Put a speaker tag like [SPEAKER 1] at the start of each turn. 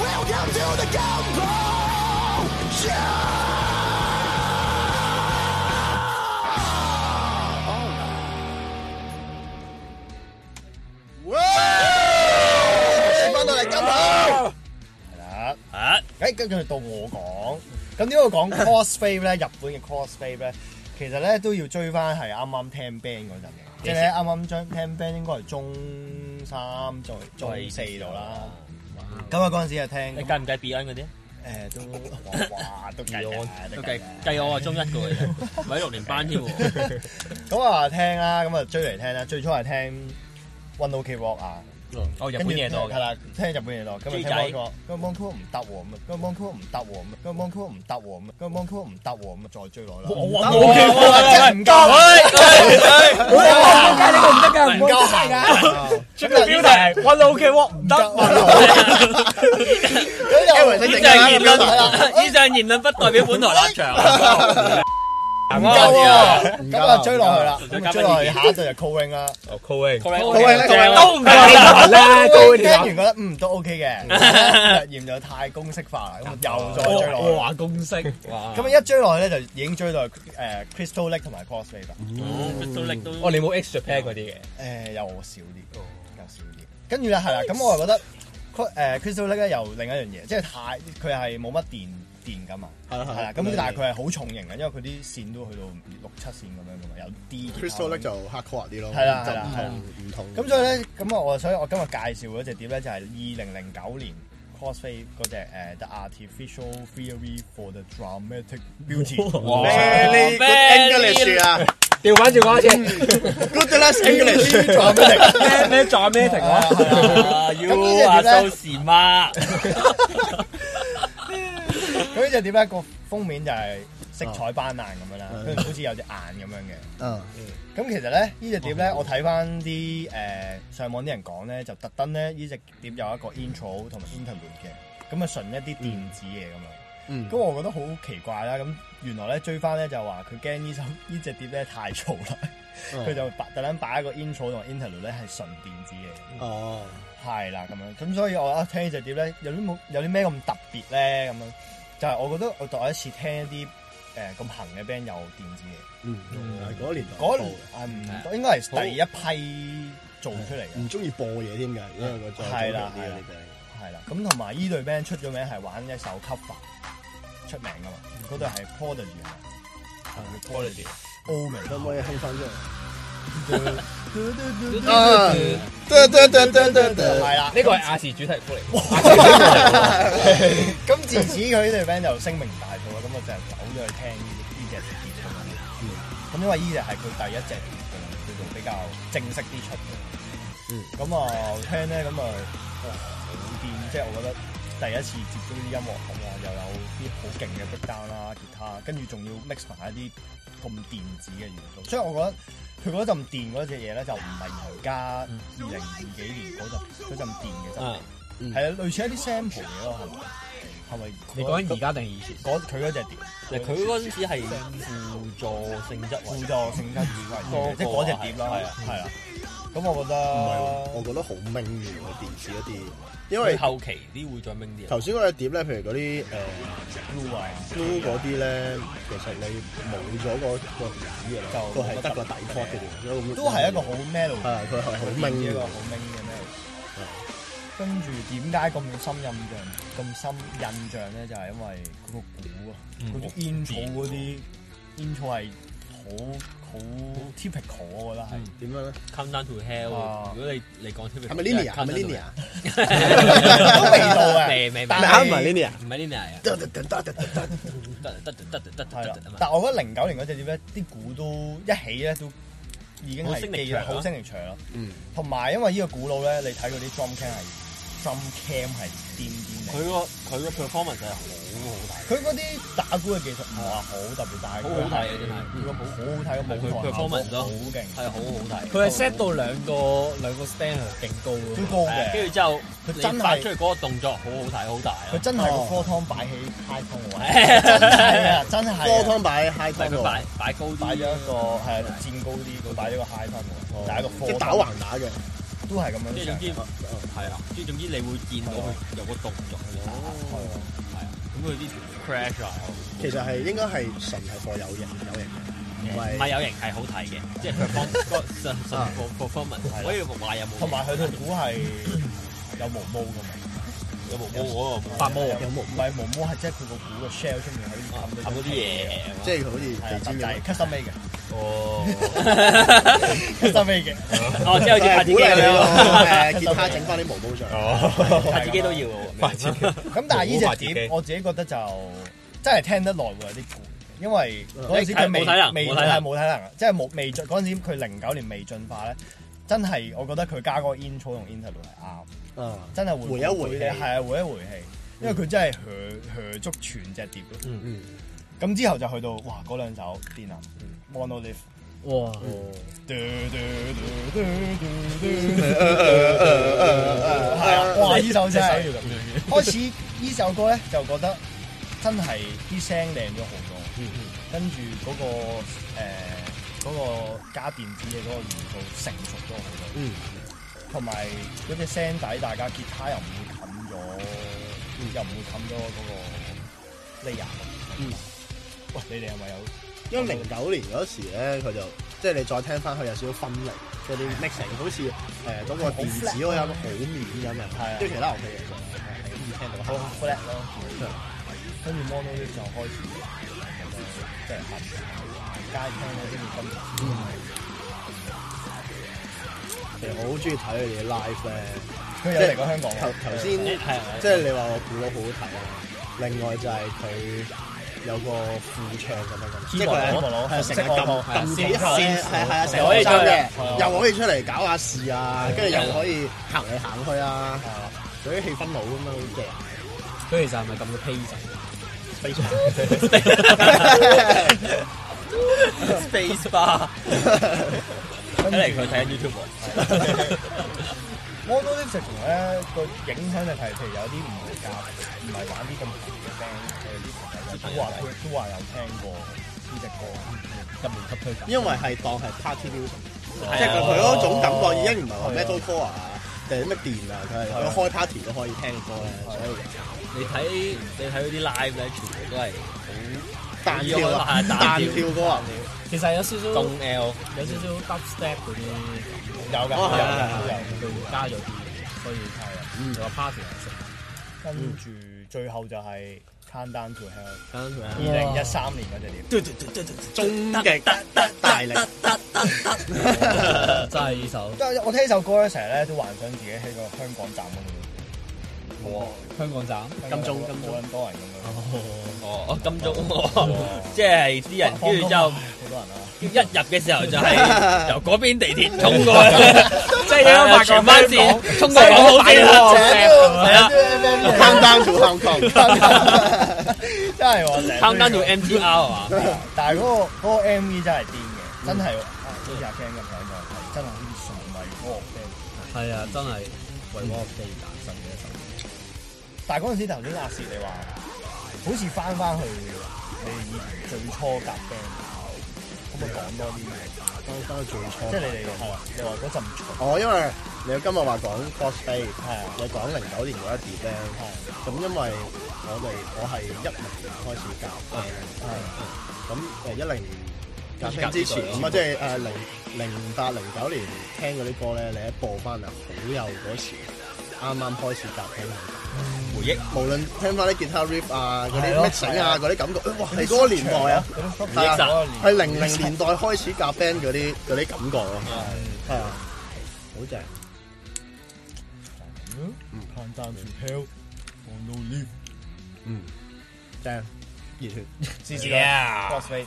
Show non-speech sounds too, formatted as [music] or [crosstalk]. [SPEAKER 1] Welcome to the Gumbo Show! Oh!
[SPEAKER 2] 誒，
[SPEAKER 3] 嚇，係。
[SPEAKER 2] 哎跟住到我講，咁點解我
[SPEAKER 3] [laughs]
[SPEAKER 2] 講 cosplay 咧？日本嘅 cosplay 咧，其實咧都要追翻係啱啱聽 band 嗰陣嘅，即係咧啱啱將聽 band 應該係中三再中四度啦。咁啊嗰陣時就聽，
[SPEAKER 3] 你
[SPEAKER 2] 咁
[SPEAKER 3] 計唔計 Beyond 嗰啲？
[SPEAKER 2] 誒都哇都
[SPEAKER 3] [laughs]
[SPEAKER 2] 計嘅，都計
[SPEAKER 3] 計
[SPEAKER 2] 嘅。
[SPEAKER 3] 計我係中一個嚟嘅，唔係六年班添喎。
[SPEAKER 2] 咁啊聽啦，咁啊追嚟聽啦，最初係聽 One Ok Rock 啊。
[SPEAKER 3] 哦，日
[SPEAKER 2] 跟住係啦，聽日本嘢多，咁啊聽芒歌，咁芒歌唔得喎，咁啊，咁芒歌唔得喎，咁啊，咁芒歌唔得喎，咁啊，咁芒歌唔得喎，咁啊，再追落啦。
[SPEAKER 3] 我話
[SPEAKER 2] 唔得
[SPEAKER 3] 冇嘅
[SPEAKER 2] 喎真係唔夠，
[SPEAKER 4] 我哋冇計，呢個唔得㗎，唔
[SPEAKER 2] 唔夠
[SPEAKER 4] 好真係㗎。
[SPEAKER 2] 行。
[SPEAKER 3] 出個標題 One OK Walk 唔
[SPEAKER 2] 得咁又
[SPEAKER 3] 以上言
[SPEAKER 2] 係啦
[SPEAKER 3] 論，以上言論不代表本台立場。
[SPEAKER 2] 唔
[SPEAKER 3] 唔
[SPEAKER 2] 夠喎，咁啊追落去啦，咁啊追落去下一隊就 Coing 啦。
[SPEAKER 3] 都唔得。
[SPEAKER 2] Coing 聽完覺得嗯都 "Ừ, OK 嘅，嫌咗太公式化啦，咁又再追落去。咁啊一追落去咧就已經追到誒 à, Crystal Lake 同埋 Cosplay 啦。
[SPEAKER 3] 都力都
[SPEAKER 2] 誒又少啲，又少啲。跟住咧係啦，咁我又覺得佢誒 Crystal Lake 咧又另一樣嘢，即係太佢係冇乜電電㗎嘛，係啦。咁但係佢係好重型嘅，因為佢啲線都去到六七線咁樣㗎嘛，有啲
[SPEAKER 1] Crystal Lake 就 hardcore 啲咯，
[SPEAKER 2] 係啦
[SPEAKER 1] 就
[SPEAKER 2] 係啦係啦
[SPEAKER 1] 唔同唔同。
[SPEAKER 2] 咁所以咧，咁啊我所以我今日介紹嗰只碟咧就係二零零九年 Crossfade 嗰只誒 The Artificial Theory for the Dramatic Beauty。
[SPEAKER 3] 哇
[SPEAKER 1] 咩呢個
[SPEAKER 3] Very-
[SPEAKER 1] English 啊，Good less [laughs] English。
[SPEAKER 2] English
[SPEAKER 4] Ờ,
[SPEAKER 3] 啊，You are so smart。
[SPEAKER 2] 咁呢只碟咧個封面就係色彩斑斕咁樣啦，跟住好似有隻眼咁樣嘅。
[SPEAKER 1] 嗯，
[SPEAKER 2] 咁其實咧，呢只碟咧，我睇翻啲誒上網啲人講咧，就特登咧呢只碟有一個 intro 同埋 interlude 嘅，咁啊純一啲電子嘢咁樣。
[SPEAKER 1] 嗯
[SPEAKER 2] 咁我覺得好奇怪啦，咁原來咧追翻咧就話佢驚呢首 [laughs] 呢只碟咧太嘈啦，
[SPEAKER 1] 哦
[SPEAKER 2] 佢、就擺特登擺一個 intro 同埋 interlude 咧係純電子嘅，
[SPEAKER 1] 哦，
[SPEAKER 2] 係啦咁樣。咁所以我一啊聽呢只碟咧，有啲冇有啲咩咁特別咧咁樣，就係、我覺得我第一次聽一啲誒咁行嘅 band 有電子嘢。
[SPEAKER 1] 嗯，係 Mm. 嗰年代
[SPEAKER 2] Mm. 嗰
[SPEAKER 1] 播
[SPEAKER 2] 年
[SPEAKER 1] 嘅
[SPEAKER 2] 啊唔應該係嗯第一批做出嚟嘅，
[SPEAKER 1] 唔中意播嘢添㗎，因為我再
[SPEAKER 2] 係啦
[SPEAKER 1] 早期啲
[SPEAKER 2] 係啦
[SPEAKER 1] 啊你
[SPEAKER 2] 係啦。咁同埋呢隊 band 出咗名係玩一首 cover 出名噶嘛，嗰隊係 Prodigy 啊，Prodigy 啊歐美
[SPEAKER 1] 哋可唔可以哼翻出嚟？
[SPEAKER 2] 係啦。咁
[SPEAKER 4] à,
[SPEAKER 2] 自此佢呢隊 band 就聲名大噪啦，咁啊我就係走咗去聽呢呢隻碟咁樣。咁因為呢隻係佢第一隻碟咁樣叫做比較正式啲出嘅。
[SPEAKER 1] 嗯。
[SPEAKER 2] 咁啊聽咧，咁啊哇好掂，即係我覺得第一次接觸啲音樂咁啊，又有啲好勁嘅 breakdown 啦、吉他，跟住仲要 mix 埋一啲咁電子嘅元素，所以我覺得佢嗰陣電嗰隻嘢咧，就唔係而家二零二幾年嗰陣嗰陣電嘅質
[SPEAKER 4] Ờ,
[SPEAKER 2] 地。係啊，類似一啲 sample 嘢咯，係咪？係咪？嗰佢嗰只碟，
[SPEAKER 3] 嗱，佢嗰陣時係輔助性質
[SPEAKER 2] 輔
[SPEAKER 3] 喎，
[SPEAKER 2] 助性質以為，
[SPEAKER 3] 多過
[SPEAKER 2] 即係嗰只碟啦，
[SPEAKER 3] 係啊
[SPEAKER 2] 係啦。咁我覺
[SPEAKER 1] 唔係喎，我
[SPEAKER 2] 得
[SPEAKER 1] 覺得好明嘅喎電視一啲，因
[SPEAKER 3] 因為
[SPEAKER 1] 為
[SPEAKER 2] 嗯
[SPEAKER 3] 後期啲會再明啲。
[SPEAKER 1] 頭先嗰隻碟咧，譬如嗰啲誒。
[SPEAKER 2] Blue 啊，
[SPEAKER 1] Blue 嗰啲咧，其實你冇咗個個底嘅啦，
[SPEAKER 2] 就
[SPEAKER 1] 佢係得個底 c o 嘅啫，
[SPEAKER 2] 都係一個好 melody，
[SPEAKER 1] 係佢係好明
[SPEAKER 2] 一
[SPEAKER 1] 嘅
[SPEAKER 2] 個，好明嘅 melody。跟住點解咁深印象、咁深印象咧？就係因為嗰個鼓啊，嗰啲煙草嗰啲煙草係好好 typical，我覺得係。
[SPEAKER 1] 點樣咧？
[SPEAKER 3] Countdown to Hell，
[SPEAKER 2] 啊
[SPEAKER 3] 如果你你講 t i p
[SPEAKER 1] 係咪 linear？係咪 linear？
[SPEAKER 2] 都未到 [laughs] 嘅
[SPEAKER 3] 未未
[SPEAKER 2] 但
[SPEAKER 1] 係咪啱埋 linear？
[SPEAKER 3] 唔係 linear 啊，
[SPEAKER 1] 得得得得得得
[SPEAKER 3] 得得得得得
[SPEAKER 2] 係啦
[SPEAKER 3] 得得，
[SPEAKER 2] 但我覺得零九年嗰只碟咧，啲鼓都一起咧都已經
[SPEAKER 3] 好聲
[SPEAKER 2] 係
[SPEAKER 3] 力
[SPEAKER 2] 記
[SPEAKER 3] 強
[SPEAKER 2] 得
[SPEAKER 3] 啊
[SPEAKER 2] 好聲力長咯。
[SPEAKER 1] 嗯，
[SPEAKER 2] 同埋因為呢個鼓佬咧，你睇佢啲 drum cam 係 drum cam 係癲癲
[SPEAKER 3] 佢
[SPEAKER 2] 嚟。
[SPEAKER 3] 個佢個 performance 係好
[SPEAKER 2] 佢嗰啲打鼓嘅技術唔係話好特別，但係
[SPEAKER 3] 好
[SPEAKER 2] 佢
[SPEAKER 3] 好睇
[SPEAKER 2] 係
[SPEAKER 3] 嘅真係
[SPEAKER 2] 佢個好好睇個舞
[SPEAKER 3] 佢
[SPEAKER 2] 台
[SPEAKER 3] performance 咯
[SPEAKER 2] 好勁，
[SPEAKER 3] 好大，係好好睇。
[SPEAKER 2] 最高嘅。
[SPEAKER 3] 係跟住之後，
[SPEAKER 2] 佢
[SPEAKER 3] 你
[SPEAKER 2] 真係
[SPEAKER 3] 發出嚟嗰個動作好好睇，好大啊！
[SPEAKER 2] 佢真係
[SPEAKER 1] 哦
[SPEAKER 2] 個 floor tom 擺起 high tom
[SPEAKER 3] [laughs]
[SPEAKER 2] 位，真係啊，真係啊。啊
[SPEAKER 1] 多湯擺 high c
[SPEAKER 3] 但係佢
[SPEAKER 1] o
[SPEAKER 3] 擺擺高啲，哦
[SPEAKER 2] 擺咗一個係啊，佔高啲，佢擺咗個 high tom 位，就係一個 floor
[SPEAKER 1] 即係
[SPEAKER 2] tom
[SPEAKER 1] 打橫打嘅，
[SPEAKER 2] 都係咁樣
[SPEAKER 3] 即係
[SPEAKER 2] 上
[SPEAKER 3] 總之
[SPEAKER 2] 嘅。
[SPEAKER 3] 係啊，即係總之你會見到佢有個動作去打開，係啊，咁佢啲 crash 啊，
[SPEAKER 1] 其實係應該係純係貨有型有型嘅，唔
[SPEAKER 3] 唔係
[SPEAKER 1] 係
[SPEAKER 3] 有型係好睇嘅，即係 perform 個 performance，我要話有冇
[SPEAKER 2] 同埋佢對股係有毛毛㗎嘛。
[SPEAKER 3] 有冇我嗰個
[SPEAKER 1] 發毛啊有
[SPEAKER 2] 有
[SPEAKER 1] 毛
[SPEAKER 2] 毛，唔係毛毛係即係佢個股個 shell 出面可以
[SPEAKER 3] 冚
[SPEAKER 2] 冚
[SPEAKER 3] 嗰
[SPEAKER 2] 到
[SPEAKER 3] 啲嘢，
[SPEAKER 1] 即係佢好似
[SPEAKER 2] 係啊
[SPEAKER 1] 地
[SPEAKER 2] 但
[SPEAKER 1] 氈
[SPEAKER 2] 係
[SPEAKER 1] 咁。
[SPEAKER 2] custom made 嘅
[SPEAKER 3] 哦，
[SPEAKER 2] ，custom made 嘅，
[SPEAKER 3] [laughs] 哦，即係好似拍自
[SPEAKER 1] 鼓 [laughs]
[SPEAKER 3] 己
[SPEAKER 1] 勵你
[SPEAKER 3] 咁
[SPEAKER 1] 咯，
[SPEAKER 3] 樣，
[SPEAKER 1] 誒吉他整翻啲毛毛上嚟。
[SPEAKER 4] Ờ.
[SPEAKER 3] 拍自己都要喎，
[SPEAKER 4] 發展
[SPEAKER 2] 咁但係
[SPEAKER 4] 好
[SPEAKER 2] 呢
[SPEAKER 4] 快
[SPEAKER 2] 隻
[SPEAKER 4] 自己
[SPEAKER 2] 碟我自己覺得就真係聽得耐會有啲攰，因為嗰陣時佢
[SPEAKER 3] 哎係冇
[SPEAKER 2] 未
[SPEAKER 3] 體能
[SPEAKER 2] 未
[SPEAKER 3] 冇體能
[SPEAKER 2] 係冇體能啊，即係冇未進嗰陣時佢零九年未進化咧，真係我覺得佢加嗰個 intro 同 interlude 係啱，
[SPEAKER 1] 啊，
[SPEAKER 2] 真係回
[SPEAKER 1] 回一回氣
[SPEAKER 2] 你係啊回一回氣，因為佢真係啜啜足全隻碟咯。
[SPEAKER 1] 嗯，
[SPEAKER 2] 咁之後就去到哇嗰兩首癲啊，One o l i v
[SPEAKER 3] 哇，
[SPEAKER 2] 係啊，
[SPEAKER 4] Ờ,
[SPEAKER 2] 哇！呢首真係開始呢首歌咧，就覺得真係啲聲靚咗好多，跟住嗰個呃誒嗰個加電子嘅嗰個元素成熟咗好多，
[SPEAKER 1] 嗯，
[SPEAKER 2] 同埋嗰隻聲底，大家吉他又唔會冚咗，又唔會冚咗嗰個 layer。
[SPEAKER 1] 嗯，
[SPEAKER 2] 喂，你哋係咪有？
[SPEAKER 1] 因為零九年嗰時咧，佢就即係你再聽翻佢有少少分離，即係啲 mixing 好似誒嗰個電子嗰個有個好面咁
[SPEAKER 2] 係啊
[SPEAKER 1] 樣，即係其他樂器其實係好易聽到黑。
[SPEAKER 2] 好 flat 咯，跟住 mono 咧就開始呃即係行街聽咧，跟住跟
[SPEAKER 1] 嗯其實我好中意睇佢哋嘅 live 咧。
[SPEAKER 2] 佢有嚟過香港
[SPEAKER 1] 頭
[SPEAKER 2] 嘅，
[SPEAKER 1] 頭先
[SPEAKER 3] 係
[SPEAKER 1] 即係你話我鼓佬好好睇啊！另外就係佢有個副唱咁樣咁，即係佢
[SPEAKER 2] keyboard 佬
[SPEAKER 1] 係成日撳撳
[SPEAKER 3] 先
[SPEAKER 1] 幾下咧，係係啊，成
[SPEAKER 3] 又可
[SPEAKER 1] 日
[SPEAKER 3] 以出
[SPEAKER 1] 三
[SPEAKER 3] 嚟
[SPEAKER 1] 嘅，又可以出嚟搞下事啊，跟住又可以行嚟行去啊，有啲氣氛佬咁樣好正。
[SPEAKER 4] 佢其實係咪咁嘅 pace？
[SPEAKER 2] [laughs]
[SPEAKER 3] 啊 [laughs] space bar，睇嚟佢睇緊 YouTube。
[SPEAKER 2] mono 咧直情咧個影響力係譬如有啲唔同夾，唔係玩啲咁紅嘅 band 嘅啲朋友都話佢都話有聽過呢隻歌，入門級推介。
[SPEAKER 1] 因為係當係 party music，即係佢佢嗰種感覺已經唔係話
[SPEAKER 2] 係啊
[SPEAKER 1] metalcore 啊，定係咩電啊，佢係
[SPEAKER 2] 係啊
[SPEAKER 1] 佢開 party 都可以聽嘅歌啊咧，所以
[SPEAKER 3] 你睇你睇嗰啲 live 咧，全部都係
[SPEAKER 1] 彈跳啊，
[SPEAKER 3] 係彈
[SPEAKER 1] 彈跳歌啊，
[SPEAKER 4] 其實有少少
[SPEAKER 3] 動 L，
[SPEAKER 4] 有少少 dubstep 嗰啲，
[SPEAKER 2] 有㗎，
[SPEAKER 1] 哦係啊係啊
[SPEAKER 2] 有有有。
[SPEAKER 4] 佢加咗啲，所以係啊，有個 party 嚟食。
[SPEAKER 2] 跟住最後就係 Countdown to Hell，二
[SPEAKER 4] 咁
[SPEAKER 2] 零一三年嗰隻碟。
[SPEAKER 1] 終極大力。
[SPEAKER 4] 真係呢首
[SPEAKER 2] 但係我聽呢首歌咧，成日咧都幻想自己喺個香港站嗰
[SPEAKER 4] 香港站，
[SPEAKER 2] 度，
[SPEAKER 1] 金鐘
[SPEAKER 2] 好撚多人咁
[SPEAKER 3] 哦，金鐘，
[SPEAKER 2] 樣，
[SPEAKER 3] 即係啲人跟住之後
[SPEAKER 2] 放工啊好多人啊，
[SPEAKER 3] 一入嘅時候就係由嗰邊地鐵衝過去，即係你都發覺翻線衝過港好先啦，係啊
[SPEAKER 1] [laughs] Count down to Hong Kong，
[SPEAKER 2] 真係我成日都要
[SPEAKER 3] ，count down to MTR 係嘛？
[SPEAKER 2] 但係嗰個嗰個 MV 真係癲嘅，真係啊好似阿 Ken 咁樣嘅，真係好似純迷嗰個 band。
[SPEAKER 4] 係啊，真係為嗰個地誕生嘅一首。
[SPEAKER 2] 但係嗰陣時頭先阿薛你話，好似翻翻去你以前最初夾 band，可唔可以講多啲嘢？
[SPEAKER 1] 最
[SPEAKER 2] 即係
[SPEAKER 1] 初。
[SPEAKER 2] 你哋係啦，你話嗰陣嘈
[SPEAKER 1] 哦，因為你今日話講 cosplay，
[SPEAKER 2] 係啊，
[SPEAKER 1] 你講零九年嗰一碟咧，
[SPEAKER 2] 係
[SPEAKER 1] 咁因為我哋我係一零年開始教 band，
[SPEAKER 2] 係。
[SPEAKER 1] 咁誒一零年教 band 之前，咁啊即係誒零零八零九年聽嗰啲歌咧，你一播翻啊，好有嗰時啱啱開始教 band，
[SPEAKER 3] 回憶
[SPEAKER 1] 無論聽翻啲吉他 riff 啊，嗰
[SPEAKER 2] 係
[SPEAKER 1] 啲
[SPEAKER 2] 咯
[SPEAKER 1] mixing 啊，嗰啲感覺，誒哇係
[SPEAKER 2] 係
[SPEAKER 1] 嗰個年代啊！，
[SPEAKER 2] 係
[SPEAKER 1] 係
[SPEAKER 2] 啊
[SPEAKER 1] 啊，係零零年代開始夾 band 嗰啲嗰啲感覺咯，係啊，好正。
[SPEAKER 2] Count down to hell, on no leave。
[SPEAKER 1] 嗯，正熱血。
[SPEAKER 2] 試試啦
[SPEAKER 3] Yeah
[SPEAKER 2] ，cosplay，